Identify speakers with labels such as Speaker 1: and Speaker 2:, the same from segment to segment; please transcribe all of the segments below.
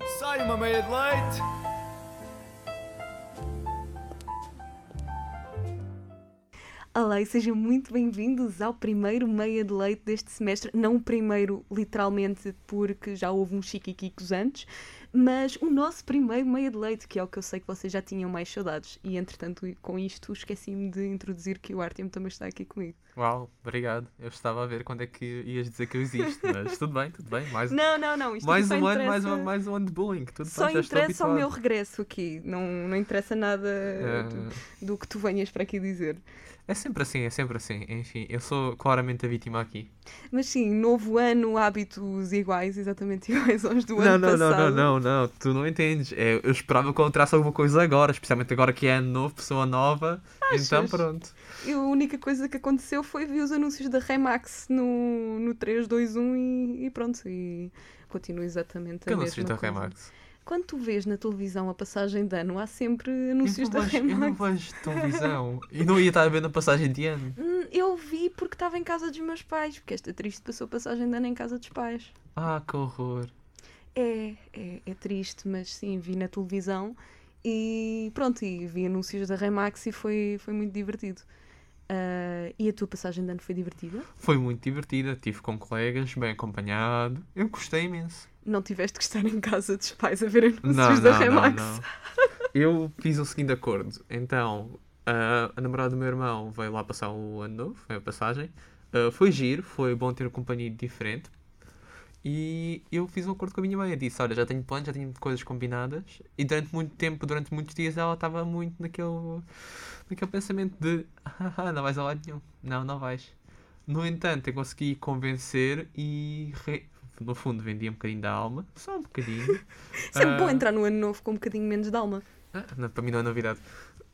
Speaker 1: game. I made it late.
Speaker 2: Olá e sejam muito bem-vindos ao primeiro meia de leite deste semestre. Não o primeiro, literalmente, porque já houve uns chiquiquicos antes, mas o nosso primeiro meia de leite, que é o que eu sei que vocês já tinham mais saudades. E, entretanto, com isto, esqueci-me de introduzir que o Artem também está aqui comigo.
Speaker 3: Uau, obrigado. Eu estava a ver quando é que ias dizer que eu existo, mas tudo bem, tudo bem. Mais, um,
Speaker 2: Não, não, não. Isto
Speaker 3: mais
Speaker 2: só
Speaker 3: um ano,
Speaker 2: interessa-
Speaker 3: mais, um- mais um ano de bullying. Tudo
Speaker 2: Só
Speaker 3: bem, já estou
Speaker 2: interessa ao meu
Speaker 3: habituado.
Speaker 2: regresso aqui. Não, não interessa nada
Speaker 3: É.
Speaker 2: do, do que tu venhas para aqui dizer.
Speaker 3: É sempre assim, é sempre assim. Enfim, eu sou claramente a vítima aqui.
Speaker 2: Mas sim, novo ano, hábitos iguais, exatamente iguais aos do
Speaker 3: não,
Speaker 2: ano
Speaker 3: não, não,
Speaker 2: passado.
Speaker 3: não, não, não. Tu não entendes. É, eu esperava que eu alterasse alguma coisa agora, especialmente agora que é ano novo, pessoa nova. Então
Speaker 2: Achas?
Speaker 3: pronto.
Speaker 2: E a única coisa que aconteceu foi ver os anúncios da Remax no, no 3, 2, 1 e, e pronto. E continua exatamente a
Speaker 3: Que eu não
Speaker 2: mesma
Speaker 3: assisto a
Speaker 2: coisa.
Speaker 3: Remax.
Speaker 2: Quando tu vês na televisão a passagem de ano, há sempre
Speaker 3: Eu
Speaker 2: anúncios da
Speaker 3: não vejo- eu não
Speaker 2: Remax.
Speaker 3: vejo televisão. e não ia estar a ver na passagem de ano.
Speaker 2: Hum, Eu vi porque estava em casa dos meus pais, porque esta triste passou a passagem de ano em casa dos pais.
Speaker 3: Ah, que horror.
Speaker 2: É, é, é triste, mas sim, vi na televisão e pronto, e vi anúncios da Remax e foi, foi muito divertido. Ah, e a tua passagem de ano foi divertida?
Speaker 3: Foi muito divertida, estive com colegas, bem acompanhado. Eu gostei imenso.
Speaker 2: Não tiveste que estar em casa dos pais a ver anúncios
Speaker 3: Não,
Speaker 2: da
Speaker 3: não, não,
Speaker 2: Remax?
Speaker 3: não. Eu fiz o seguinte acordo. Então, a, a namorada do meu irmão veio lá passar o ano novo, foi a passagem. Ah, foi giro, foi bom ter companhia diferente. E eu fiz um acordo com a minha mãe. Eu disse: Olha, já tenho planos, já tenho coisas combinadas. E durante muito tempo, durante muitos dias, ela estava muito naquele, naquele pensamento de: "Ah, Não vais a lado nenhum. Não, não vais. No entanto, eu consegui convencer e, re- no fundo, vendi um bocadinho da alma. Só um bocadinho.
Speaker 2: Sempre é bom
Speaker 3: Ah,
Speaker 2: entrar no ano novo com um bocadinho menos de alma.
Speaker 3: ah, não, para mim não é novidade.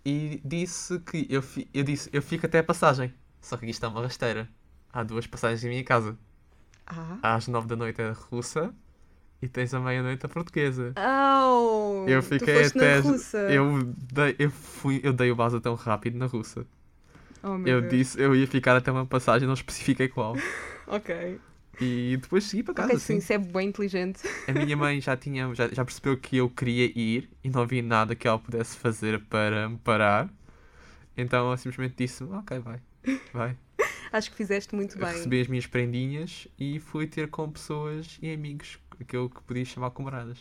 Speaker 3: E disse que eu, fi- eu disse, eu fico até a passagem. Só que aqui está uma rasteira. Há duas passagens em minha casa.
Speaker 2: Ah.
Speaker 3: Às nove da noite é a russa e tens à meia-noite a portuguesa.
Speaker 2: Oh,
Speaker 3: eu
Speaker 2: tu
Speaker 3: fiquei
Speaker 2: foste
Speaker 3: até.
Speaker 2: na russa.
Speaker 3: Eu dei, eu, fui, eu dei o vaso tão rápido na russa.
Speaker 2: Oh, meu
Speaker 3: Eu
Speaker 2: Deus.
Speaker 3: disse, eu ia ficar até uma passagem, não especifiquei qual.
Speaker 2: Ok.
Speaker 3: E depois segui para casa,
Speaker 2: Ok, sim,
Speaker 3: sim.
Speaker 2: isso é bem inteligente.
Speaker 3: A minha mãe já, tinha, já, já percebeu que eu queria ir e não havia nada que ela pudesse fazer para me parar. Então ela simplesmente disse: Ok, vai, vai.
Speaker 2: Acho que fizeste muito
Speaker 3: Eu
Speaker 2: bem.
Speaker 3: Recebi as minhas prendinhas e fui ter com pessoas e amigos que eu que podia chamar camaradas.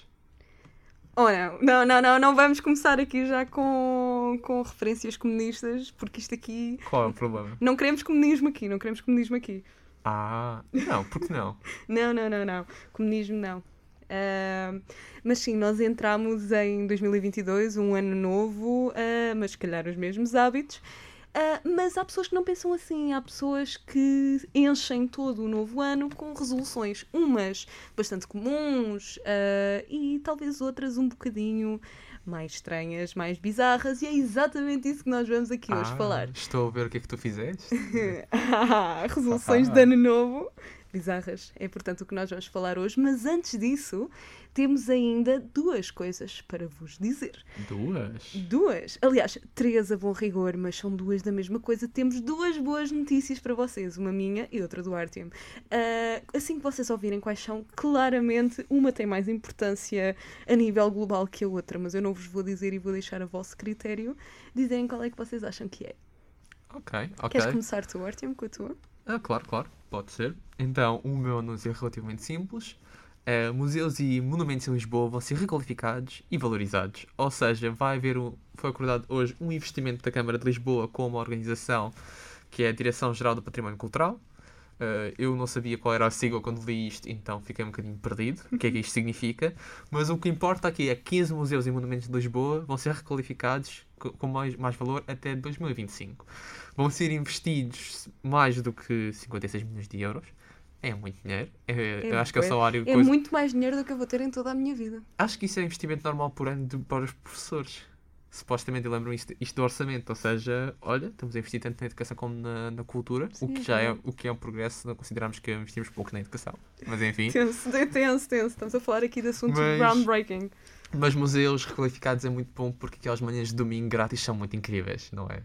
Speaker 2: Oh não, não, não, não, não vamos começar aqui já com, com referências comunistas, porque isto aqui.
Speaker 3: Qual é o problema?
Speaker 2: Não queremos comunismo aqui, não queremos comunismo aqui.
Speaker 3: Ah, não, porque não?
Speaker 2: Não, não, não, não. Comunismo não. Ah, mas sim, nós entramos em 2022, um ano novo, ah, mas se calhar os mesmos hábitos. Ah, mas há pessoas que não pensam assim, há pessoas que enchem todo o novo ano com resoluções, umas bastante comuns ah, e talvez outras um bocadinho mais estranhas, mais bizarras, e é exatamente isso que nós vamos aqui hoje
Speaker 3: Ah,
Speaker 2: falar.
Speaker 3: Estou a ver o que é que tu fizeste.
Speaker 2: resoluções de ano novo. Bizarras. É portanto o que nós vamos falar hoje, mas antes disso, temos ainda duas coisas para vos dizer.
Speaker 3: Duas?
Speaker 2: Duas. Aliás, três a bom rigor, mas são duas da mesma coisa. Temos duas boas notícias para vocês, uma minha e outra do Artem. Ah, assim que vocês ouvirem quais são, claramente uma tem mais importância a nível global que a outra, mas eu não vos vou dizer e vou deixar a vosso critério dizerem qual é que vocês acham que é.
Speaker 3: Ok, ok.
Speaker 2: Queres começar tu, Artem, com a tua?
Speaker 3: Ah, claro, claro, pode ser. Então, o meu anúncio é relativamente simples. Eh, museus e monumentos em Lisboa vão ser requalificados e valorizados. Ou seja, vai haver um, foi acordado hoje um investimento da Câmara de Lisboa com uma organização que é a Direção-Geral do Património Cultural. Eh, eu não sabia qual era a sigla quando li isto, então fiquei um bocadinho perdido. O que é que isto significa? Mas o que importa aqui é que 15 museus e monumentos de Lisboa vão ser requalificados co- com mais, mais valor até 2025 vão ser investidos mais do que 56 milhões de euros. É muito dinheiro. É- eu acho que é o
Speaker 2: bué.
Speaker 3: salário.
Speaker 2: É
Speaker 3: coisa-
Speaker 2: muito mais dinheiro do que eu vou ter em toda a minha vida.
Speaker 3: Acho que isso é investimento normal por ano de- para os professores. Supostamente lembram isto, isto do orçamento, ou seja, olha, estamos a investir tanto na educação como na, na cultura, o
Speaker 2: Sim,
Speaker 3: que já é,
Speaker 2: realmente.
Speaker 3: o que é um progresso se não considerarmos que investimos pouco na educação. Mas enfim.
Speaker 2: Tenso, de- tenso, tenso. Estamos a falar aqui de assuntos
Speaker 3: Mas-
Speaker 2: groundbreaking.
Speaker 3: Mas museus requalificados é muito bom porque aquelas manhãs de domingo grátis são muito incríveis, não é?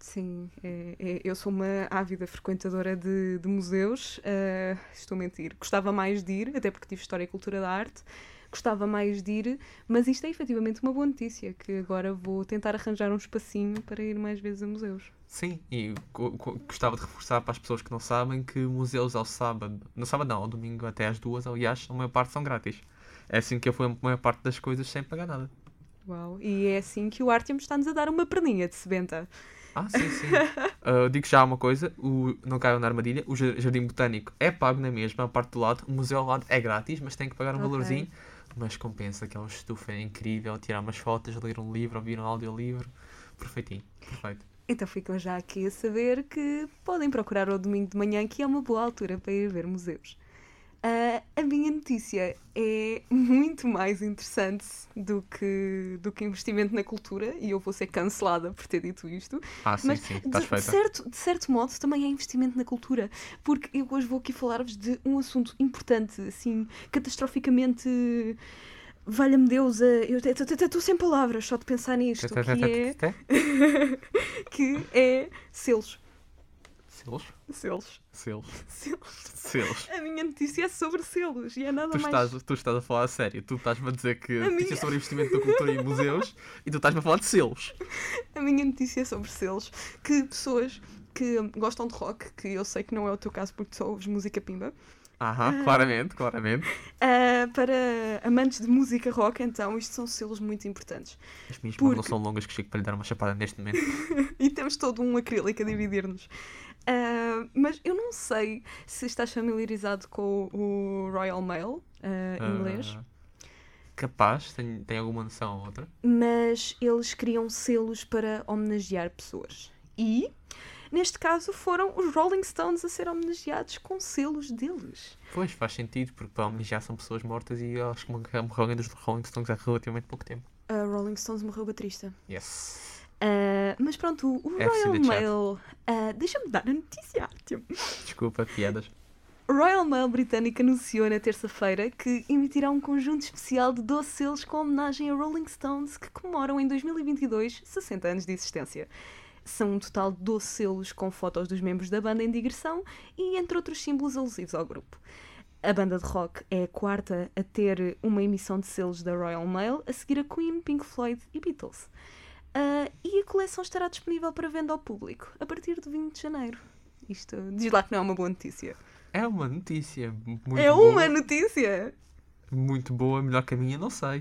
Speaker 2: Sim, é- é- eu sou uma ávida frequentadora de, de museus, ah, estou a mentir. Gostava mais de ir, até porque tive História e Cultura da Arte, gostava mais de ir, mas isto é efetivamente uma boa notícia, que agora vou tentar arranjar um espacinho para ir mais vezes a museus.
Speaker 3: Sim, e co- co- gostava de reforçar para as pessoas que não sabem que museus ao sábado, no sábado não, ao domingo até às duas, aliás, a maior parte são grátis. É assim que eu fui a maior parte das coisas sem pagar nada.
Speaker 2: Uau, e é assim que o Artyom está-nos a dar uma perninha de sebenta.
Speaker 3: Ah, sim, sim. Ah, digo já uma coisa, o, não caiam na armadilha, o jar- Jardim Botânico é pago na mesma, a parte do lado, o museu ao lado é grátis, mas tem que pagar um
Speaker 2: Ok.
Speaker 3: valorzinho. Mas compensa, aquela estufa é incrível, tirar umas fotos, ler um livro, ouvir um audiolivro, perfeitinho, perfeito.
Speaker 2: Então ficam já aqui a saber que podem procurar ao domingo de manhã, que é uma boa altura para ir ver museus. Ah, a minha notícia é muito mais interessante do que, do que investimento na cultura, e eu vou ser cancelada por ter dito isto,
Speaker 3: Ah, sim,
Speaker 2: mas
Speaker 3: sim,
Speaker 2: de,
Speaker 3: estás
Speaker 2: de
Speaker 3: feita.
Speaker 2: certo, de certo modo também é investimento na cultura, porque eu hoje vou aqui falar-vos de um assunto importante, assim, catastroficamente. Valha-me Deus, eh, eu até- até estou sem palavras só de pensar nisto, que é, que é selos.
Speaker 3: Selos?
Speaker 2: Selos.
Speaker 3: Selos?
Speaker 2: Selos.
Speaker 3: Selos.
Speaker 2: A minha notícia é sobre selos e é nada
Speaker 3: Tu
Speaker 2: mais.
Speaker 3: estás, tu estás a falar a sério, tu estás-me a dizer que
Speaker 2: A
Speaker 3: notícias
Speaker 2: minha-
Speaker 3: sobre investimento da cultura e museus e tu estás-me a falar de selos.
Speaker 2: A minha notícia é sobre selos que pessoas que hum, gostam de rock, que eu sei que não é o teu caso porque só ouves música pimba,
Speaker 3: Aham, claramente, claramente.
Speaker 2: ah, para amantes de música rock, então isto são selos muito importantes.
Speaker 3: As minhas mãos não
Speaker 2: Porque-
Speaker 3: são longas que chego para lhe dar uma chapada neste momento.
Speaker 2: E temos todo um acrílico a dividir-nos. Ah, mas eu não sei se estás familiarizado com o o Royal Mail ah,
Speaker 3: Ah,
Speaker 2: inglês,
Speaker 3: Capaz, tem, tem alguma noção ou outra?
Speaker 2: mas eles criam selos para homenagear pessoas. E, neste caso, foram os Rolling Stones a ser homenageados com selos deles.
Speaker 3: Pois, faz sentido, porque para mim já são pessoas mortas e eu acho que morreu alguém dos Rolling Stones há relativamente pouco tempo.
Speaker 2: A Rolling Stones morreu baterista.
Speaker 3: Yes.
Speaker 2: Ah, mas pronto, o
Speaker 3: É
Speaker 2: Royal
Speaker 3: preciso de chat.
Speaker 2: Mail. ah, Deixa-me dar a notícia, Artyom.
Speaker 3: Desculpa, piadas.
Speaker 2: O Royal Mail britânico anunciou na terça-feira que emitirá um conjunto especial de 12 selos com homenagem a Rolling Stones que comemoram em 2022 60 anos de existência. São um total de 12 selos com fotos dos membros da banda em digressão e entre outros símbolos alusivos ao grupo. A banda de rock é a quarta a ter uma emissão de selos da Royal Mail, a seguir a Queen, Pink Floyd e Beatles. Ah, e a coleção estará disponível para venda ao público a partir de 20 de janeiro. Isto diz lá que não é uma boa notícia.
Speaker 3: É uma notícia muito
Speaker 2: É
Speaker 3: boa.
Speaker 2: uma notícia!
Speaker 3: Muito boa, melhor que a minha, não sei.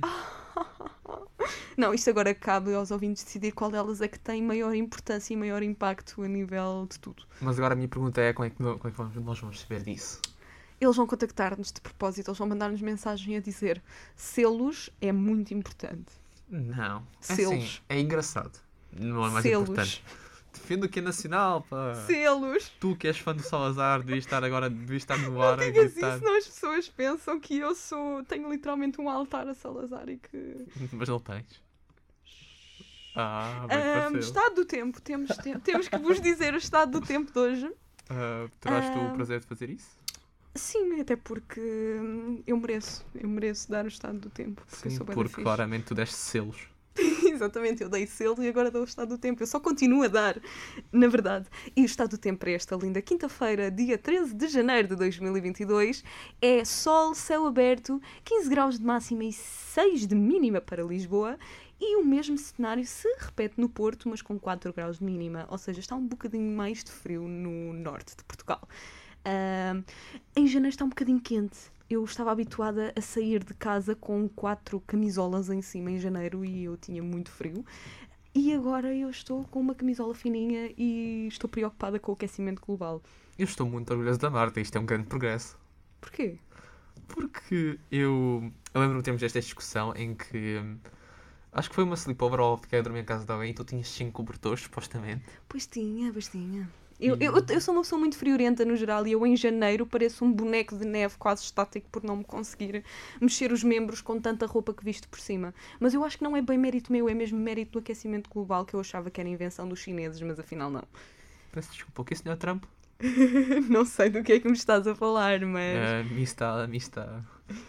Speaker 2: Não, isto agora cabe aos ouvintes decidir qual delas é que tem maior importância e maior impacto a nível de tudo.
Speaker 3: Mas agora a minha pergunta é como é que, no- como é que vamos- nós vamos saber disso?
Speaker 2: Eles vão contactar-nos de propósito, eles vão mandar-nos mensagem a dizer selos é muito importante.
Speaker 3: Não. É
Speaker 2: Selos.
Speaker 3: Assim, é engraçado. Não é mais
Speaker 2: selos. Ah.
Speaker 3: importante. Defendo o que é nacional, pá.
Speaker 2: Selos!
Speaker 3: Tu que és fã do Salazar, devias estar agora, devias estar no ar a
Speaker 2: Digas
Speaker 3: gritar.
Speaker 2: isso, não as pessoas pensam que eu sou. tenho literalmente um altar a Salazar e que.
Speaker 3: Mas não tens. Ah, bem
Speaker 2: Ahm,
Speaker 3: pareceu.
Speaker 2: estado do tempo, temos, te- temos que vos dizer o estado do tempo de hoje.
Speaker 3: Ah, terás tu
Speaker 2: Ahm.
Speaker 3: o prazer de fazer isso?
Speaker 2: Sim, até porque hum, eu mereço, eu mereço dar o estado do tempo, porque eu
Speaker 3: Sim,
Speaker 2: sou bem
Speaker 3: porque claramente tu deste selos.
Speaker 2: Exatamente, eu dei selo e agora dou o estado do tempo. Eu só continuo a dar, na verdade. E o estado do tempo para esta linda quinta-feira, dia 13 de janeiro de 2022, é sol, céu aberto, 15 graus de máxima e 6 de mínima para Lisboa. E o mesmo cenário se repete no Porto, mas com 4 graus de mínima, ou seja, está um bocadinho mais de frio no norte de Portugal. Ahm, em janeiro está um bocadinho quente. Eu estava habituada a sair de casa com quatro camisolas em cima em janeiro e eu tinha muito frio. E agora eu estou com uma camisola fininha e estou preocupada com o aquecimento global.
Speaker 3: Eu estou muito orgulhoso da Marta, isto é um grande progresso.
Speaker 2: Porquê?
Speaker 3: Porque eu, eu lembro-me de termos esta discussão em que hum, acho que foi uma sleepover ou fiquei a dormir em casa de alguém e tu tinhas cinco cobertores, supostamente.
Speaker 2: Pois tinha, pois tinha. Eu, eu, eu sou uma pessoa muito friorenta no geral e eu em janeiro pareço um boneco de neve quase estático por não me conseguir mexer os membros com tanta roupa que visto por cima. Mas eu acho que não é bem mérito meu, é mesmo mérito do aquecimento global que eu achava que era invenção dos chineses, mas afinal não.
Speaker 3: Peço desculpa, o que é, senhor Trump?
Speaker 2: Não sei do que é que me estás a falar, mas.
Speaker 3: Ah, me está, me está.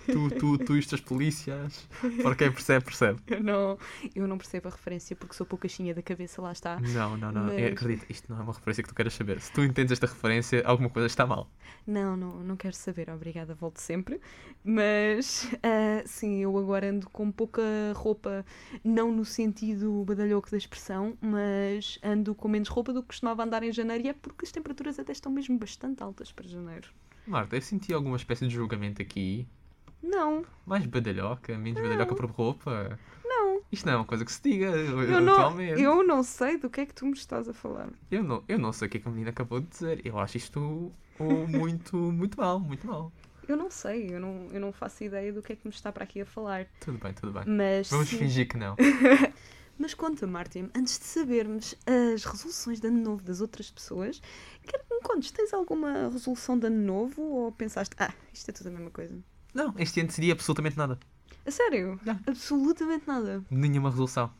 Speaker 3: Tu, tu, tu e os teus polícias. Porque quem percebe, percebe.
Speaker 2: Eu não, eu não percebo a referência porque sou poucachinha da cabeça, lá está.
Speaker 3: Não, não, não.
Speaker 2: Mas-
Speaker 3: Acredito, isto não é uma referência que tu queiras saber. Se tu entendes esta referência, alguma coisa está mal.
Speaker 2: Não, não, não quero saber, obrigada, volto sempre. Mas ah, sim, eu agora ando com pouca roupa, não no sentido badalhoco da expressão, mas ando com menos roupa do que costumava andar em janeiro e é porque as temperaturas até estão mesmo bastante altas para janeiro.
Speaker 3: Marta, eu senti alguma espécie de julgamento aqui.
Speaker 2: Não,
Speaker 3: Mais badalhoca, menos badalhoca por roupa.
Speaker 2: não,
Speaker 3: Isto não é uma coisa que se diga
Speaker 2: eu não,
Speaker 3: atualmente.
Speaker 2: eu não sei do que é que tu me estás a falar.
Speaker 3: Eu não, eu não sei o que é que a menina acabou de dizer. Eu acho isto oh, muito, muito mal, muito mal.
Speaker 2: Eu não sei, eu não, eu não faço ideia do que é que me está para aqui a falar.
Speaker 3: Tudo bem, tudo bem.
Speaker 2: Mas
Speaker 3: Vamos
Speaker 2: sim,
Speaker 3: fingir que não.
Speaker 2: Mas conta, Martin, antes de sabermos as resoluções de ano novo das outras pessoas, quero que me contes, tens alguma resolução de ano novo ou pensaste, ah, isto é tudo a mesma coisa?
Speaker 3: Não, este ano decidi absolutamente nada.
Speaker 2: A sério?
Speaker 3: Já.
Speaker 2: Absolutamente nada.
Speaker 3: Nenhuma resolução.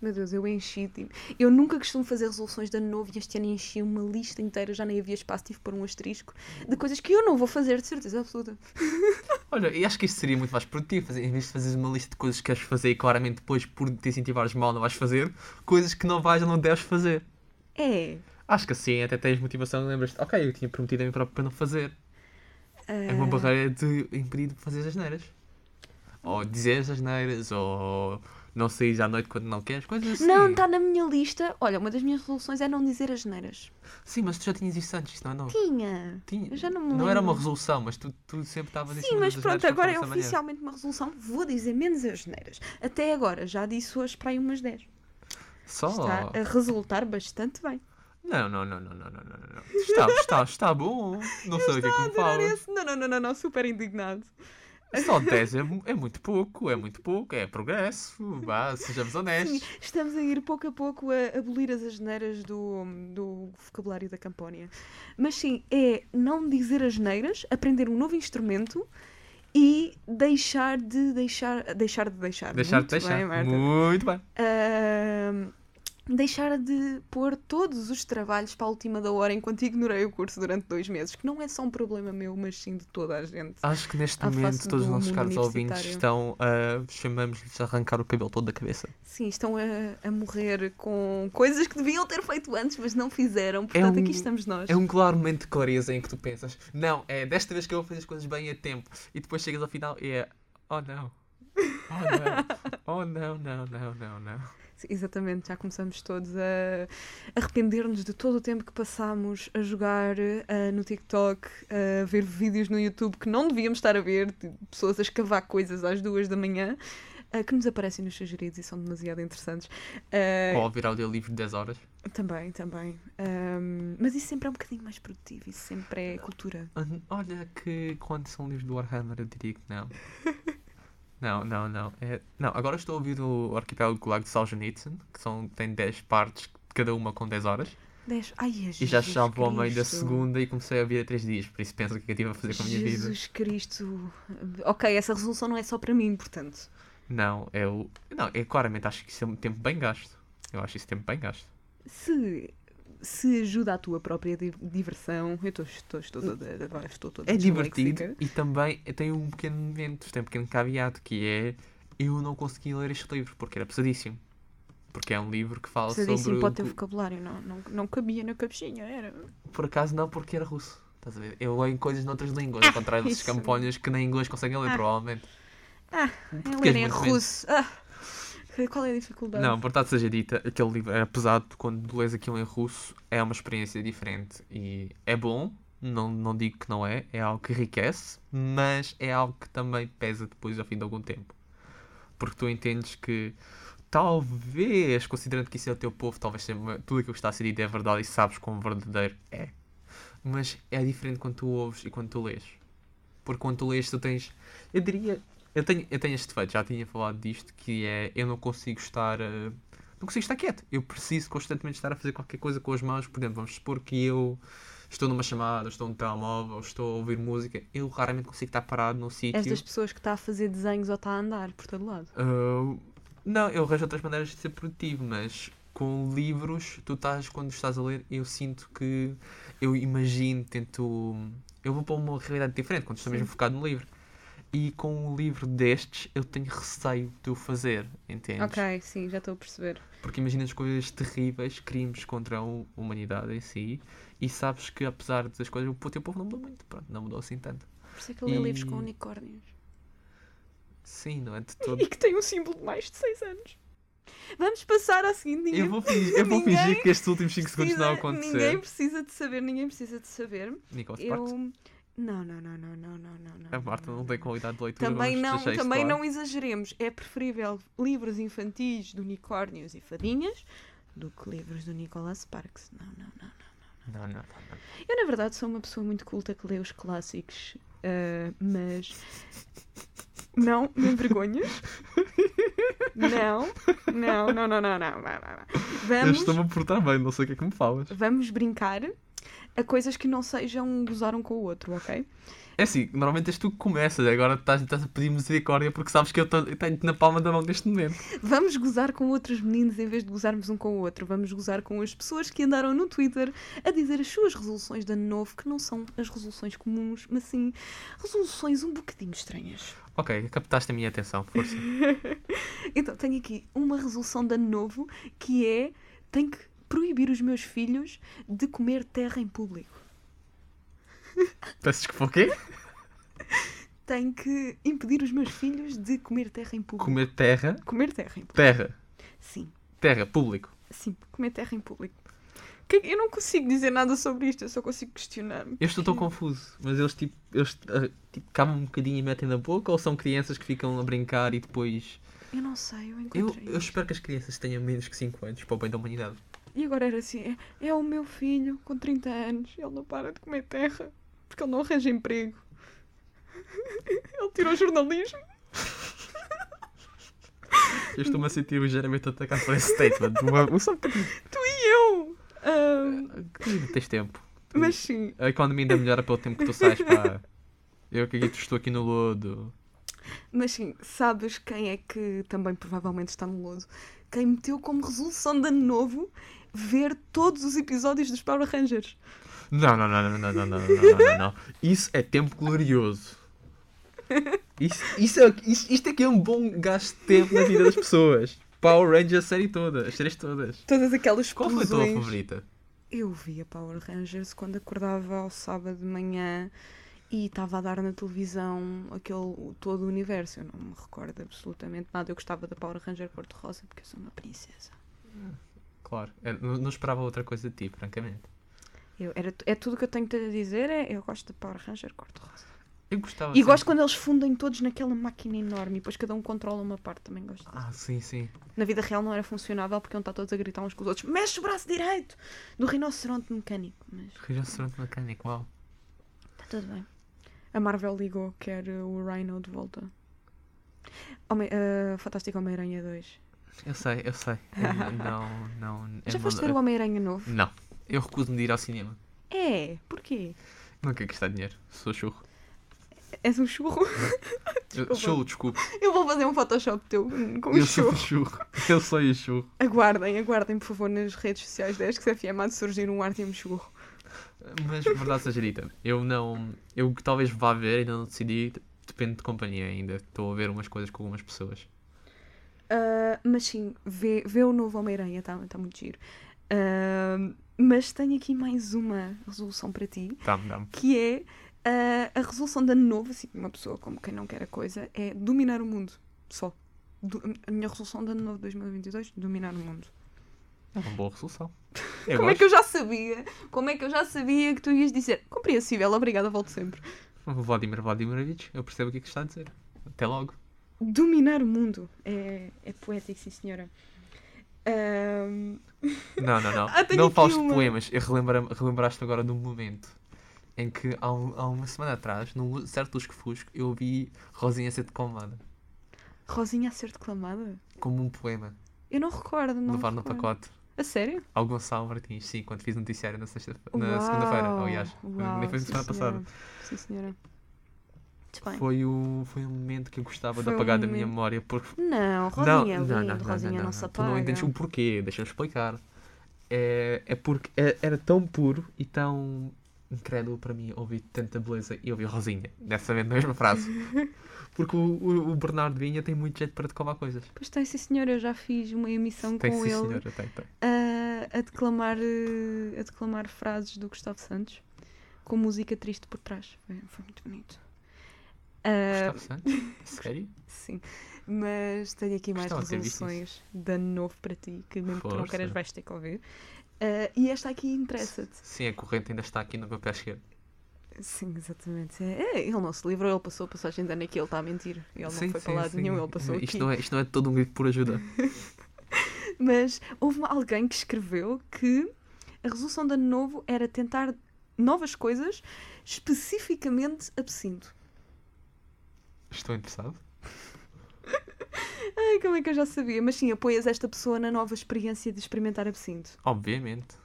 Speaker 2: Meu Deus, eu enchi. tipo, Eu nunca costumo fazer resoluções de ano novo e este ano enchi uma lista inteira, já nem havia espaço, tive que pôr um asterisco, de coisas que eu não vou fazer, de certeza absoluta.
Speaker 3: Olha, eu acho que isto seria muito mais produtivo, fazer, em vez de fazeres uma lista de coisas que queres fazer e claramente depois, por te incentivares mal, não vais fazer, coisas que não vais ou não deves fazer.
Speaker 2: É.
Speaker 3: Acho que assim até tens motivação, lembras-te, ok, eu tinha prometido a mim próprio para não fazer. É uma
Speaker 2: ah,
Speaker 3: barreira de impedir de fazer as neiras. Ou dizer as neiras, ou não sair à noite quando não queres, coisas assim.
Speaker 2: Não, tá- está na minha lista. Olha, uma das minhas resoluções é não dizer as neiras.
Speaker 3: Sim, mas tu já tinhas isso antes, isso não é novo.
Speaker 2: Tinha.
Speaker 3: Tinha-
Speaker 2: eu já não me
Speaker 3: não era uma
Speaker 2: lembro.
Speaker 3: resolução, mas tu, tu sempre estavas em
Speaker 2: Sim,
Speaker 3: cima
Speaker 2: mas
Speaker 3: das
Speaker 2: pronto,
Speaker 3: neiras para
Speaker 2: agora
Speaker 3: fazer
Speaker 2: é
Speaker 3: essa maneira.
Speaker 2: oficialmente uma resolução. Vou dizer menos as neiras. Até agora, já disse hoje para aí umas 10.
Speaker 3: Só.
Speaker 2: Está a resultar bastante bem.
Speaker 3: Não, não, não, não, não, não, não, não. Está, está, está bom. Não sei o que é que me
Speaker 2: Adorar
Speaker 3: fala.
Speaker 2: esse. Não, não, não, não, não, super indignado.
Speaker 3: Só 10 é, mu- é muito pouco, é muito pouco, é progresso. Vá, sejamos
Speaker 2: Sim,
Speaker 3: honestos.
Speaker 2: estamos a ir pouco a pouco a abolir as asneiras do, do vocabulário da Campónia. Mas sim, é não dizer asneiras, aprender um novo instrumento e deixar de deixar. Deixar de deixar.
Speaker 3: Deixar de
Speaker 2: Muito
Speaker 3: deixar.
Speaker 2: Bem, Marta.
Speaker 3: muito bem.
Speaker 2: Ahm, deixar de pôr todos os trabalhos para a última da hora enquanto ignorei o curso durante dois meses, que não é só um problema meu, mas sim de toda a gente.
Speaker 3: Acho que neste
Speaker 2: À face
Speaker 3: momento todos os
Speaker 2: do
Speaker 3: nossos
Speaker 2: mundo
Speaker 3: caros ouvintes estão a. chamamos-lhes a arrancar o cabelo todo da cabeça.
Speaker 2: Sim, estão a, a morrer com coisas que deviam ter feito antes, mas não fizeram, portanto
Speaker 3: um-
Speaker 2: aqui estamos nós.
Speaker 3: É um claro momento de clareza em que tu pensas, não, é desta vez que eu vou fazer as coisas bem a tempo. E depois chegas ao final e é, oh não. Oh não. Oh não, não, não, não, não.
Speaker 2: Sim, Exatamente, já começamos todos a arrepender-nos de todo o tempo que passámos a jogar eh, no TikTok, a ver vídeos no YouTube que não devíamos estar a ver, de pessoas a escavar coisas às duas da manhã, eh, que nos aparecem nos sugeridos e são demasiado interessantes. Eh,
Speaker 3: Ou ouvir audiolivro de 10 horas.
Speaker 2: Também, também. Ahm, mas isso sempre é um bocadinho mais produtivo, isso sempre é cultura.
Speaker 3: Hum, Olha que quando são livros do Warhammer eu diria que não. Não, não, não. É- não, agora estou a ouvir o Arquipélago Gulag de Solzhenitsyn, que são, tem 10 partes, cada uma com 10 horas.
Speaker 2: Dez... Ai, é
Speaker 3: E já já vou ao meio da
Speaker 2: Cristo.
Speaker 3: segunda e comecei a ouvir há 3 dias, por isso penso o que é que eu tive a fazer com a minha vida.
Speaker 2: Jesus Cristo. Ok, essa resolução não é só para mim, portanto.
Speaker 3: Não, eu. Não, eu claramente acho que isso é um tempo bem gasto. Eu acho isso um tempo bem gasto.
Speaker 2: se, se ajuda à tua própria di- diversão, eu estou estou estou toda, agora estou toda
Speaker 3: É divertido
Speaker 2: disléxica.
Speaker 3: e também tem um pequeno momento, tem um pequeno caveado que é eu não consegui ler este livro porque era pesadíssimo. Porque é um livro que fala
Speaker 2: Você disse
Speaker 3: sobre.
Speaker 2: pode ter
Speaker 3: o-
Speaker 2: vocabulário, não, não, não cabia na cabecinha, era.
Speaker 3: Por acaso não, porque era russo. Estás a ver? Eu leio coisas noutras línguas, ao contrário desses
Speaker 2: isso.
Speaker 3: camponhas que nem inglês conseguem ler,
Speaker 2: Ah.
Speaker 3: provavelmente.
Speaker 2: Eu
Speaker 3: que és
Speaker 2: era em
Speaker 3: muito menos.
Speaker 2: É um russo. Ah, qual é a dificuldade?
Speaker 3: Não, verdade seja dita, aquele livro é pesado, quando lês aquilo em russo é uma experiência diferente e é bom, não, não digo que não é, é algo que enriquece, mas é algo que também pesa depois ao fim de algum tempo. Porque tu entendes que talvez, considerando que isso é o teu povo, talvez seja uma- tudo aquilo que está a ser dito é verdade e sabes como verdadeiro é. Mas é diferente quando tu ouves e quando tu lês. Porque quando tu lês tu tens, eu diria, eu tenho, eu tenho este defeito, já tinha falado disto, que é eu não consigo estar. eh, não consigo estar quieto. Eu preciso constantemente estar a fazer qualquer coisa com as mãos. Por exemplo, vamos supor que eu estou numa chamada, estou num telemóvel, estou a ouvir música. Eu raramente consigo estar parado num sítio.
Speaker 2: És das pessoas que está a fazer desenhos ou está a andar por todo lado.
Speaker 3: Ah, não, eu arranjo outras maneiras de ser produtivo, mas com livros, tu estás, quando estás a ler, eu sinto que eu imagino, tento. Eu vou para uma realidade diferente, quando estou mesmo focado no livro. E com um livro destes, eu tenho receio de o fazer, entendes?
Speaker 2: Ok, sim, já estou a perceber.
Speaker 3: Porque imaginas coisas terríveis, crimes contra a hu- humanidade em si, e sabes que apesar das coisas, o teu povo não mudou muito, pronto, não mudou assim tanto.
Speaker 2: Por isso é que eu leio livros com
Speaker 3: E-
Speaker 2: unicórnios.
Speaker 3: Sim, não é de todo.
Speaker 2: E que tem um símbolo de mais de 6 anos. Vamos passar à seguinte. Ninguém
Speaker 3: Eu vou fingir, eu vou
Speaker 2: Ninguém
Speaker 3: fingir que estes últimos 5 segundos não
Speaker 2: precisa- Ninguém
Speaker 3: aconteceram.
Speaker 2: precisa de saber, ninguém precisa de saber.
Speaker 3: Nicolas
Speaker 2: Eu.
Speaker 3: Sparks.
Speaker 2: Não, não, não, não, não, não, não. não,
Speaker 3: A Marta não tem qualidade de leitura.
Speaker 2: Também
Speaker 3: vamos
Speaker 2: não,
Speaker 3: deixar isto
Speaker 2: também
Speaker 3: claro.
Speaker 2: não exageremos. É preferível livros infantis de unicórnios e fadinhas do que livros do Nicholas Sparks. Não, não, não.
Speaker 3: Não, não, não, não.
Speaker 2: Eu, na verdade, sou uma pessoa muito culta que lê os clássicos, ah, mas. Não, me envergonhas. não, não, não, não, não, não. Vá, vá, vá.
Speaker 3: Eu
Speaker 2: Vamos,
Speaker 3: estou-me a portar bem, não sei o que é que me falas.
Speaker 2: vamos brincar a coisas que não sejam gozar um com o outro, ok?
Speaker 3: É assim, normalmente és tu que começas, agora estás, estás a pedir misericórdia porque sabes que eu tô- eu tenho-te na palma da mão neste momento.
Speaker 2: Vamos gozar com outros meninos em vez de gozarmos um com o outro. Vamos gozar com as pessoas que andaram no Twitter a dizer as suas resoluções de ano novo, que não são as resoluções comuns, mas sim resoluções um bocadinho estranhas.
Speaker 3: Ok, captaste a minha atenção, força.
Speaker 2: Então, tenho aqui uma resolução de ano novo que é: tenho que proibir os meus filhos de comer terra em público.
Speaker 3: Peço desculpa, o quê?
Speaker 2: Tenho que impedir os meus filhos de comer terra em público.
Speaker 3: Comer terra,
Speaker 2: Comer terra em público.
Speaker 3: terra,
Speaker 2: Sim,
Speaker 3: terra, público.
Speaker 2: sim, comer terra em público. Que- Eu não consigo dizer nada sobre isto, eu só consigo questionar-me.
Speaker 3: Eu estou tão confuso, mas eles tipo, eles ah, tipo, camam um bocadinho e metem na boca ou são crianças que ficam a brincar e depois...
Speaker 2: Eu não sei, eu
Speaker 3: Eu,
Speaker 2: encontrei.
Speaker 3: eu espero que as crianças tenham menos que 5 anos para o bem da humanidade.
Speaker 2: E agora era assim: é, é o meu filho com 30 anos, ele não para de comer terra porque ele não arranja emprego. ele tirou jornalismo.
Speaker 3: Eu estou-me a sentir ligeiramente atacado por esse statement. Uma- um só bocadinho.
Speaker 2: E eu! Ahm,
Speaker 3: Tu Tens tempo. Tu-
Speaker 2: mas sim,
Speaker 3: A economia ainda melhora pelo tempo que tu sais, pá. Eu que estou aqui no lodo.
Speaker 2: Mas sim, sabes quem é que também provavelmente está no lodo? Quem meteu como resolução de ano novo ver todos os episódios dos Power Rangers.
Speaker 3: Não, não, não, não, não, não, não, não, não, não. Isso é tempo glorioso. Isso, isso é, isso- isto é que é um bom gasto de tempo na vida das pessoas. Power Rangers, a série toda, as séries todas.
Speaker 2: Todas aquelas
Speaker 3: Qual foi a tua
Speaker 2: explosões.
Speaker 3: favorita?
Speaker 2: Eu via Power Rangers quando acordava ao sábado de manhã e estava a dar na televisão aquele todo o universo. Eu não me recordo absolutamente nada. Eu gostava da Power Ranger cor-de-rosa porque eu sou uma princesa.
Speaker 3: Claro, eu não, não esperava outra coisa de ti, francamente.
Speaker 2: Eu, era, tu- é tudo o que eu tenho a dizer, é eu gosto da Power Ranger cor-de-rosa.
Speaker 3: Eu gostava.
Speaker 2: E
Speaker 3: sempre-
Speaker 2: gosto quando eles fundem todos naquela máquina enorme e depois cada um controla uma parte, também gosto.
Speaker 3: Ah, sim, sim.
Speaker 2: Na vida real não era funcionável porque iam estar todos a gritar uns com os outros: mexe o braço direito! Do rinoceronte mecânico, mas
Speaker 3: Rinoceronte mecânico, uau.
Speaker 2: está Tá tudo bem. A Marvel ligou, quer uh, o Rhino de volta. Homem, uh, Fantástico Homem-Aranha 2.
Speaker 3: Eu sei, eu sei. Eu não, não.
Speaker 2: Já
Speaker 3: eu não-
Speaker 2: foste ver o Homem-Aranha novo?
Speaker 3: Não. Eu recuso-me de ir ao cinema.
Speaker 2: É, porquê?
Speaker 3: Não é quero gastar dinheiro. Sou churro.
Speaker 2: És um churro?
Speaker 3: Eu, churro, desculpe.
Speaker 2: Eu vou fazer um Photoshop teu hum, com um
Speaker 3: eu
Speaker 2: churro.
Speaker 3: sou churro. Eu sou o churro.
Speaker 2: Aguardem, aguardem, por favor, nas redes sociais da ESCFM há de surgir um arte e um churro.
Speaker 3: Mas verdade seja dita, eu não. Eu que talvez vá ver, ainda não decidi. Depende de companhia ainda. Estou a ver umas coisas com algumas pessoas.
Speaker 2: Uh, mas sim, vê, vê o novo Homem-Aranha, está tá muito giro. Uh, mas tenho aqui mais uma resolução para ti,
Speaker 3: Dá-me, dá-me.
Speaker 2: que é uh, a resolução de ano novo, assim, uma pessoa como quem não quer a coisa, é dominar o mundo, só. Du- a minha resolução de ano novo de 2022, dominar o mundo.
Speaker 3: É uma boa resolução. Eu
Speaker 2: como é
Speaker 3: gosto.
Speaker 2: que eu já sabia? Como é que eu já sabia que tu ias dizer? Compreensível, obrigada, volto sempre.
Speaker 3: Vladimir Vladimirovich, eu percebo o que é que está a dizer. Até logo.
Speaker 2: Dominar o mundo. É, é poético, sim senhora. Ahm,
Speaker 3: Não, não, não.
Speaker 2: Ah, tenho
Speaker 3: não
Speaker 2: aqui
Speaker 3: fales de
Speaker 2: uma.
Speaker 3: poemas. Eu relembra- Relembraste-me agora de um momento em que há, um- há uma semana atrás, num certo lusco-fusco, eu ouvi Rosinha ser declamada
Speaker 2: Rosinha a ser declamada?
Speaker 3: como um poema.
Speaker 2: Eu não recordo, não
Speaker 3: levar no
Speaker 2: recordo.
Speaker 3: pacote
Speaker 2: A sério?
Speaker 3: ao Gonçalo Martins, sim, quando fiz noticiário na, sexta, na segunda-feira,
Speaker 2: Uau,
Speaker 3: aliás.
Speaker 2: uau,
Speaker 3: Nem foi na
Speaker 2: sim,
Speaker 3: semana passada.
Speaker 2: senhora. Sim, senhora. Muito bem.
Speaker 3: Foi, o, foi um momento que eu gostava
Speaker 2: Foi
Speaker 3: de
Speaker 2: um
Speaker 3: apagar da minha
Speaker 2: momento.
Speaker 3: memória porque
Speaker 2: Não, Rosinha é lindo, Rosinha não, se
Speaker 3: Tu não
Speaker 2: apaga.
Speaker 3: entendes o porquê, deixa-me explicar. É, é porque é- era tão puro e tão incrédulo para mim ouvir tanta beleza e ouvir Rosinha. Dessa mesma frase. Porque o, o, o Bernardo Vinha tem muito jeito para decovar coisas.
Speaker 2: Pois tem, sim senhor, eu já fiz uma emissão
Speaker 3: Tem,
Speaker 2: Então com
Speaker 3: sim,
Speaker 2: ele ah,
Speaker 3: senhora, tem, tem.
Speaker 2: a, a declamar, eh, a declamar frases do Gustavo Santos com música triste por trás. Foi, foi muito bonito. Ah,
Speaker 3: Gustavo Santos? Sério?
Speaker 2: sim, mas tenho aqui mais
Speaker 3: Gostava de ter visto
Speaker 2: resoluções de ano novo para ti, que mesmo que tu não
Speaker 3: Força.
Speaker 2: queiras vais ter que ouvir. Ah, e esta aqui interessa-te.
Speaker 3: Sim, a corrente ainda está aqui no meu pé esquerdo.
Speaker 2: Sim, exatamente. É, ele não se livrou, ele passou a passagem de ano aqui, ele está a mentir. Ele não
Speaker 3: Sim,
Speaker 2: foi para
Speaker 3: sim,
Speaker 2: lado
Speaker 3: sim.
Speaker 2: nenhum, ele passou
Speaker 3: isto
Speaker 2: aqui.
Speaker 3: Não é, isto não é todo um grito por ajuda.
Speaker 2: Mas houve alguém que escreveu que a resolução de ano novo era tentar novas coisas, especificamente absinto.
Speaker 3: Estou interessado.
Speaker 2: Ai, como é que eu já sabia? Mas sim, apoias esta pessoa na nova experiência de experimentar absinto.
Speaker 3: Obviamente.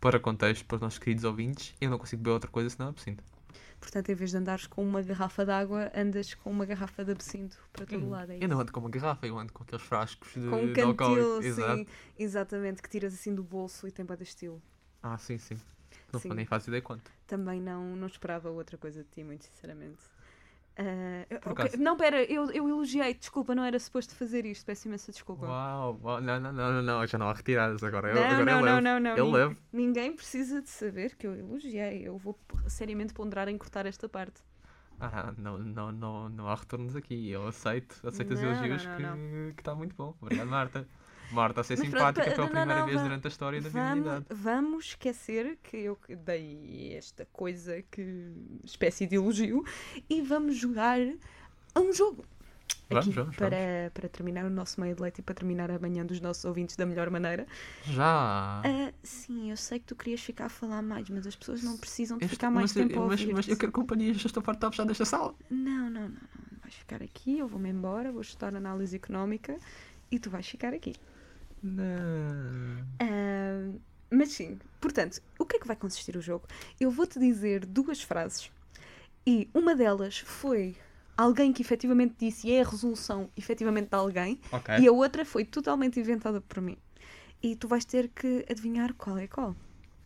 Speaker 3: Para contexto, para os nossos queridos ouvintes, eu não consigo beber outra coisa senão absinto.
Speaker 2: Portanto, em vez de andares com uma garrafa de água, andas com uma garrafa de absinto para todo lado. É
Speaker 3: eu
Speaker 2: isso.
Speaker 3: Hum, não ando com uma garrafa, eu ando com aqueles frascos de,
Speaker 2: Com um
Speaker 3: de alcoólico.
Speaker 2: cantil,
Speaker 3: Exato.
Speaker 2: sim, exatamente, que tiras assim do bolso e tem bué de estilo.
Speaker 3: Ah, sim, sim. Não
Speaker 2: Sim.
Speaker 3: nem faço ideia quanto.
Speaker 2: Também não, não esperava outra coisa de ti, muito sinceramente. Ah, eu-
Speaker 3: Por
Speaker 2: ok,
Speaker 3: acaso-
Speaker 2: Não, pera, eu, eu elogiei, desculpa, não era suposto fazer isto, peço imensa desculpa.
Speaker 3: Uau, uau, não, não, não, não, não, já não há retiradas agora. eu,
Speaker 2: Não,
Speaker 3: agora
Speaker 2: não,
Speaker 3: eu
Speaker 2: não,
Speaker 3: levo.
Speaker 2: não, não,
Speaker 3: Eu
Speaker 2: nin-
Speaker 3: levo.
Speaker 2: Ninguém precisa de saber que eu elogiei. Eu vou p- seriamente ponderar em cortar esta parte.
Speaker 3: Ah, não, não, não, não há retornos aqui. Eu aceito, aceito os
Speaker 2: Não, não,
Speaker 3: elogios
Speaker 2: não,
Speaker 3: que-
Speaker 2: não.
Speaker 3: que está muito bom. Obrigado, Marta. Marta, a ser
Speaker 2: Mas pronto, pa-
Speaker 3: simpática pela
Speaker 2: não, não,
Speaker 3: primeira
Speaker 2: não,
Speaker 3: vez
Speaker 2: va-
Speaker 3: durante a história da
Speaker 2: Vamos,
Speaker 3: humanidade.
Speaker 2: vamos esquecer que eu que dei esta coisa, que espécie de elogio, e vamos jogar a um jogo.
Speaker 3: Vamos,
Speaker 2: Aqui,
Speaker 3: vamos,
Speaker 2: para, para terminar o nosso meio de leite e para terminar a manhã dos nossos ouvintes da melhor maneira.
Speaker 3: Já!
Speaker 2: Ah, sim, eu sei que tu querias ficar a falar mais, mas as pessoas não precisam de
Speaker 3: Este-
Speaker 2: ficar mais
Speaker 3: mas, eu-
Speaker 2: tempo a
Speaker 3: mas,
Speaker 2: ouvir.
Speaker 3: mas eu quero companhia, já estou farto de estar fechado desta sala.
Speaker 2: Não, não, não, não. Vais ficar aqui, eu vou-me embora, vou estudar análise económica e tu vais ficar aqui.
Speaker 3: Não.
Speaker 2: Ah, mas sim, portanto, o que é que vai consistir o jogo? Eu vou-te dizer duas frases e uma delas foi alguém que efetivamente disse e é a resolução efetivamente de alguém
Speaker 3: Ok.
Speaker 2: e a outra foi totalmente inventada por mim. E tu vais ter que adivinhar qual é qual.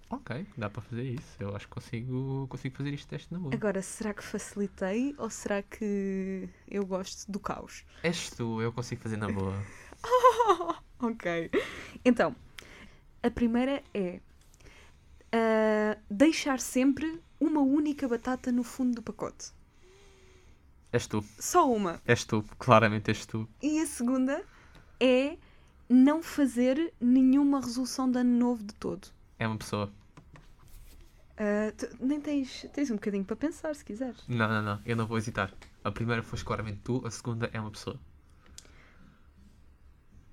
Speaker 3: Ok, dá para fazer isso. Eu acho que consigo, consigo fazer este teste na boa.
Speaker 2: Agora, será que facilitei ou será que eu gosto do caos?
Speaker 3: És tu, eu consigo fazer na boa.
Speaker 2: Ok. Então, a primeira é ah, deixar sempre uma única batata no fundo do pacote.
Speaker 3: És tu,
Speaker 2: Só uma.
Speaker 3: és tu, claramente és tu.
Speaker 2: E a segunda é não fazer nenhuma resolução de ano novo de todo.
Speaker 3: É uma pessoa.
Speaker 2: Ah, tu nem tens, tens um bocadinho para pensar, se quiseres.
Speaker 3: Não, não, não, eu não vou hesitar. A primeira foste claramente tu, a segunda é uma pessoa.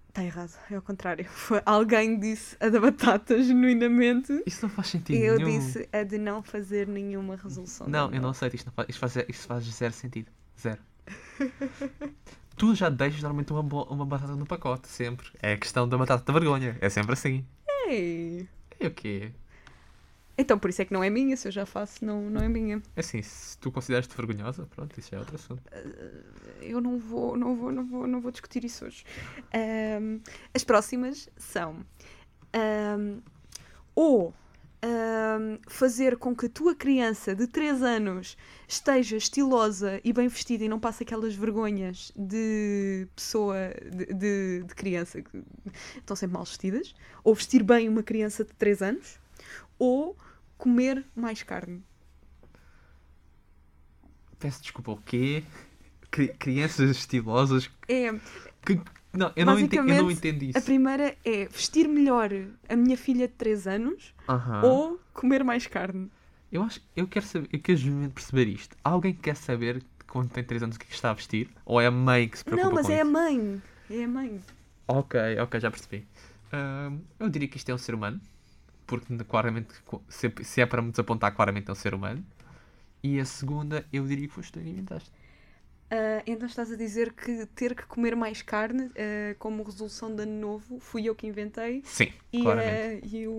Speaker 2: Está errado, é ao contrário. Foi- alguém disse a da batata genuinamente
Speaker 3: Isso não faz sentido
Speaker 2: E eu
Speaker 3: nenhum.
Speaker 2: disse a de não fazer nenhuma resolução.
Speaker 3: Não,
Speaker 2: de
Speaker 3: eu não aceito, isto, não faz, isto, faz, isto faz zero sentido. Zero. tu já deixas normalmente uma, bo- uma batata no pacote, sempre. É a questão da batata da vergonha, é sempre assim.
Speaker 2: Ei!
Speaker 3: É o quê?
Speaker 2: Então por isso é que não é minha, se eu já faço, não, não é minha.
Speaker 3: Assim, se tu consideras-te vergonhosa, pronto, isso já é outro assunto.
Speaker 2: Eu não vou, não vou, não vou, não vou discutir isso hoje. Ahm, as próximas são ahm, ou ahm, fazer com que a tua criança de 3 anos esteja estilosa e bem vestida e não passe aquelas vergonhas de pessoa de, de- de criança que estão sempre mal vestidas, ou vestir bem uma criança de 3 anos, ou comer mais carne.
Speaker 3: Peço desculpa, o quê? Cri- crianças estilosas
Speaker 2: É,
Speaker 3: que. Não, eu não, entendo, eu não
Speaker 2: Basicamente,
Speaker 3: entendo
Speaker 2: A
Speaker 3: isso.
Speaker 2: primeira é vestir melhor a minha filha de 3 anos
Speaker 3: Aham.
Speaker 2: ou comer mais carne.
Speaker 3: Eu acho eu quero saber, eu quero genuinamente perceber isto. Há alguém que quer saber quando tem 3 anos o que é que está a vestir? Ou é a mãe que se preocupa
Speaker 2: Não, mas
Speaker 3: com
Speaker 2: é a
Speaker 3: isso?
Speaker 2: mãe. É a mãe.
Speaker 3: Ok, ok, já percebi. Ahm, eu diria que isto é um ser humano, porque n- claramente, co- se, se é para me desapontar, claramente é um ser humano. E a segunda, eu diria que foste tu que inventaste.
Speaker 2: Ah, então estás a dizer que ter que comer mais carne ah, como resolução de ano novo fui eu que inventei
Speaker 3: Sim,
Speaker 2: e,
Speaker 3: claramente.
Speaker 2: ah, e o,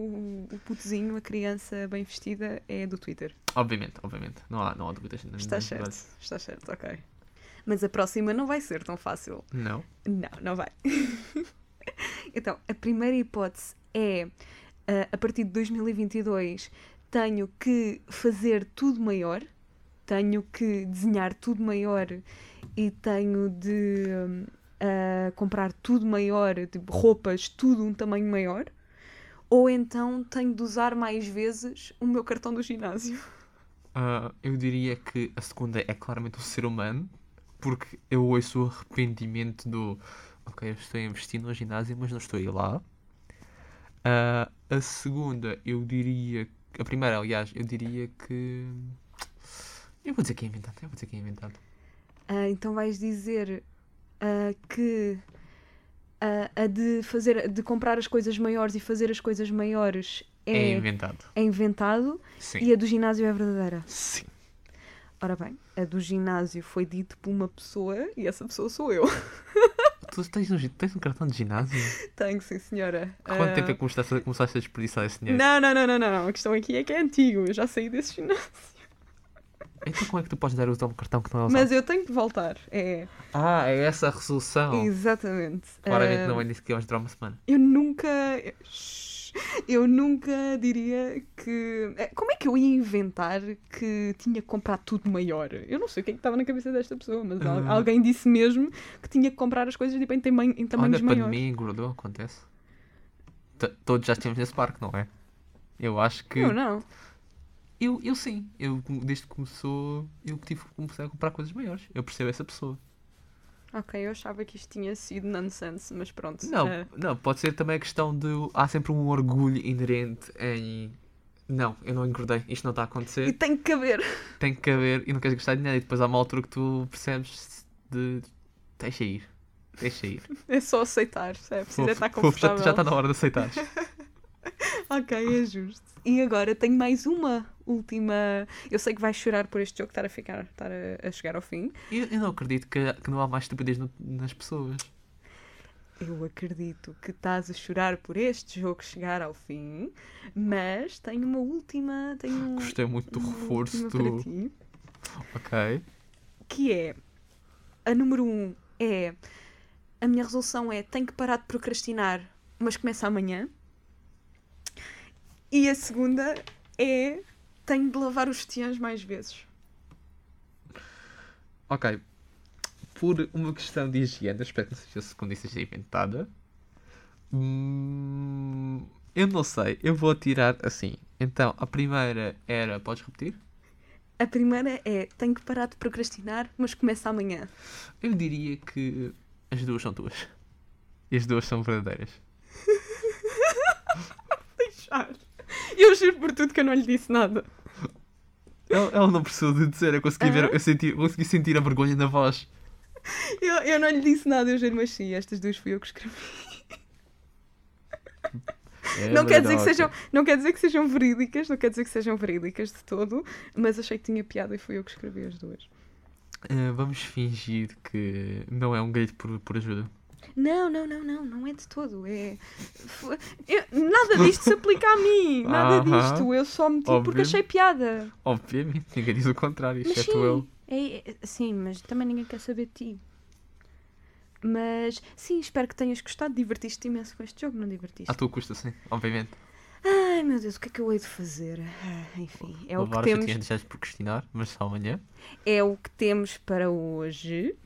Speaker 2: o putezinho, a criança bem vestida, é do Twitter.
Speaker 3: Obviamente, obviamente. Não há, não há dúvidas. Não-
Speaker 2: Está
Speaker 3: não-
Speaker 2: certo. Está certo, ok. Mas a próxima não vai ser tão fácil.
Speaker 3: Não.
Speaker 2: Não, não vai. então, a primeira hipótese é, ah, a partir de 2022, tenho que fazer tudo maior, tenho que desenhar tudo maior e tenho de hum, ah, comprar tudo maior, tipo roupas, tudo um tamanho maior, ou então tenho de usar mais vezes o meu cartão do ginásio.
Speaker 3: Ah, eu diria que a segunda é claramente o ser humano, porque eu ouço o arrependimento do ok, eu estou a investir no ginásio, mas não estou a ir lá. Ah, a segunda, eu diria. A primeira, aliás, eu diria que. Eu vou dizer que é inventado, eu vou dizer que é inventado.
Speaker 2: Ah, então vais dizer ah, que ah, a de fazer, de comprar as coisas maiores e fazer as coisas maiores
Speaker 3: É,
Speaker 2: é,
Speaker 3: inventado.
Speaker 2: é inventado
Speaker 3: Sim.
Speaker 2: e a do ginásio é verdadeira.
Speaker 3: Sim.
Speaker 2: Ora bem, a do ginásio foi dito por uma pessoa e essa pessoa sou eu.
Speaker 3: Tu tens um, gi- tens um cartão de ginásio?
Speaker 2: Tenho, sim, senhora.
Speaker 3: Quanto
Speaker 2: Ah,
Speaker 3: tempo é que começaste a, começaste a desperdiçar esse dinheiro?
Speaker 2: Não, não, não, não, não, não. A questão aqui é que é antigo. Eu já saí desse ginásio.
Speaker 3: Então como é que tu podes dar uso a um cartão que não é usado?
Speaker 2: Mas eu tenho que voltar. É,
Speaker 3: Ah, é essa a resolução.
Speaker 2: exatamente.
Speaker 3: Claramente
Speaker 2: Ah,
Speaker 3: não é nisso que vais durar uma semana.
Speaker 2: Eu nunca. Shhh. Eu nunca diria que. eh, Como é que eu ia inventar que tinha que comprar tudo maior? Eu não sei o que é que estava na cabeça desta pessoa, mas al-
Speaker 3: Ah.
Speaker 2: alguém disse mesmo que tinha que comprar as coisas tipo, em, tamanho, em tamanhos
Speaker 3: Olha, a
Speaker 2: maiores.
Speaker 3: pandemia engordou, acontece. T- Todos já estivemos nesse parque, não é? Eu acho que...
Speaker 2: Eu não.
Speaker 3: Eu, eu sim. Eu, desde que começou, eu tive que começar a comprar coisas maiores. Eu percebo essa pessoa.
Speaker 2: Ok, eu achava que isto tinha sido nonsense, mas pronto.
Speaker 3: Não,
Speaker 2: eh,
Speaker 3: não, pode ser também a questão de... Há sempre um orgulho inerente em... Não, eu não engordei. Isto não está a acontecer.
Speaker 2: e tem que caber.
Speaker 3: tem que caber e não queres gastar dinheiro. E depois há uma altura que tu percebes de. Deixa ir. Deixa ir.
Speaker 2: É só aceitar, é preciso é
Speaker 3: Fofo,
Speaker 2: estar
Speaker 3: fofo, já
Speaker 2: confortável.
Speaker 3: já está na hora de aceitares.
Speaker 2: Ok, é justo. E agora tenho mais uma última. Eu sei que vais chorar por este jogo estar a ficar, estar a- a chegar ao fim.
Speaker 3: Eu, eu não acredito que, que não há mais estupidez no- nas pessoas.
Speaker 2: Eu acredito que estás a chorar por este jogo chegar ao fim, mas tenho uma última, tenho um-
Speaker 3: Gostei muito do
Speaker 2: uma
Speaker 3: reforço
Speaker 2: última para
Speaker 3: do.
Speaker 2: ti,
Speaker 3: Ok.
Speaker 2: que é a número um é a minha resolução é tenho que parar de procrastinar, mas começa amanhã. E a segunda é tenho de lavar os sutiãs mais vezes.
Speaker 3: Ok. Por uma questão de higiene, espero que não seja a segunda e seja inventada. Hum, eu não sei, eu vou tirar assim. Então, a primeira era. Podes repetir?
Speaker 2: A primeira é tenho que parar de procrastinar, mas começa amanhã.
Speaker 3: Eu diria que as duas são tuas. E as duas são verdadeiras.
Speaker 2: Deixar. Eu juro por tudo que eu não lhe disse nada.
Speaker 3: Ela, ela não precisou de dizer, eu consegui, ver,
Speaker 2: Aham.
Speaker 3: eu senti, eu consegui sentir a vergonha na voz.
Speaker 2: Eu, eu não lhe disse nada, eu juro, mas sim, estas duas fui eu que escrevi.
Speaker 3: É
Speaker 2: não, quer dizer que sejam, não quer dizer que sejam verídicas, não quer dizer que sejam verídicas de todo, mas achei que tinha piada e fui eu que escrevi as duas.
Speaker 3: Ah, vamos fingir que não é um grito por, por ajuda.
Speaker 2: Não, não, não, não, não é de todo. É... Foi- eu- nada disto se aplica a mim, nada
Speaker 3: Aham.
Speaker 2: disto. Eu só meti porque
Speaker 3: Óbvio.
Speaker 2: achei piada.
Speaker 3: Obviamente, ninguém diz o contrário,
Speaker 2: Mas
Speaker 3: exceto
Speaker 2: sim,
Speaker 3: eu.
Speaker 2: é- é- sim, mas também ninguém quer saber de ti. Mas sim, espero que tenhas gostado. Divertiste imenso com este jogo, não divertiste?
Speaker 3: À tua custa, sim, obviamente.
Speaker 2: Ai meu Deus, o que é que eu hei de fazer? Ah, enfim, é o que
Speaker 3: Lavar
Speaker 2: temos.
Speaker 3: os já de procrastinar, mas só amanhã.
Speaker 2: é o que temos para hoje.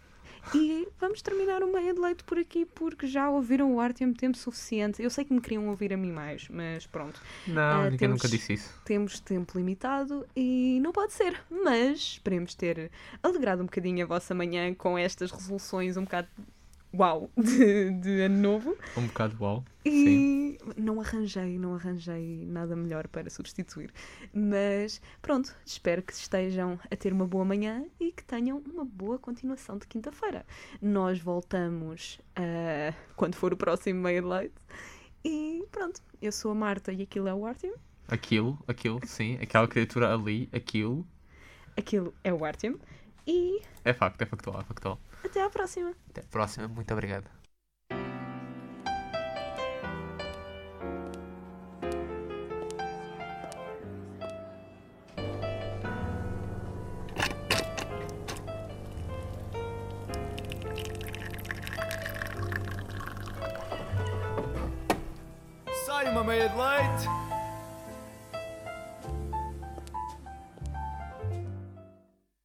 Speaker 2: E vamos terminar o meia de leite por aqui, porque já ouviram o arte há tempo suficiente. Eu sei que me queriam ouvir a mim mais, mas pronto.
Speaker 3: Não,
Speaker 2: Ah,
Speaker 3: ninguém
Speaker 2: temos-
Speaker 3: nunca disse isso.
Speaker 2: Temos tempo limitado e não pode ser. Mas esperemos ter alegrado um bocadinho a vossa manhã com estas resoluções um bocado uau de, de ano novo.
Speaker 3: Um bocado uau.
Speaker 2: E não arranjei, não arranjei nada melhor para substituir. Mas pronto, espero que estejam a ter uma boa manhã e que tenham uma boa continuação de quinta-feira. Nós voltamos ah, quando for o próximo meio de leite. E pronto, eu sou a Marta e aquilo é o Artyom.
Speaker 3: Aquilo, aquilo, sim. Aquela criatura ali, aquilo.
Speaker 2: Aquilo é o Artyom. E
Speaker 3: É facto, é factual, é factual.
Speaker 2: até à próxima!
Speaker 3: Até a próxima, muito obrigado.
Speaker 1: Sai uma meia de leite.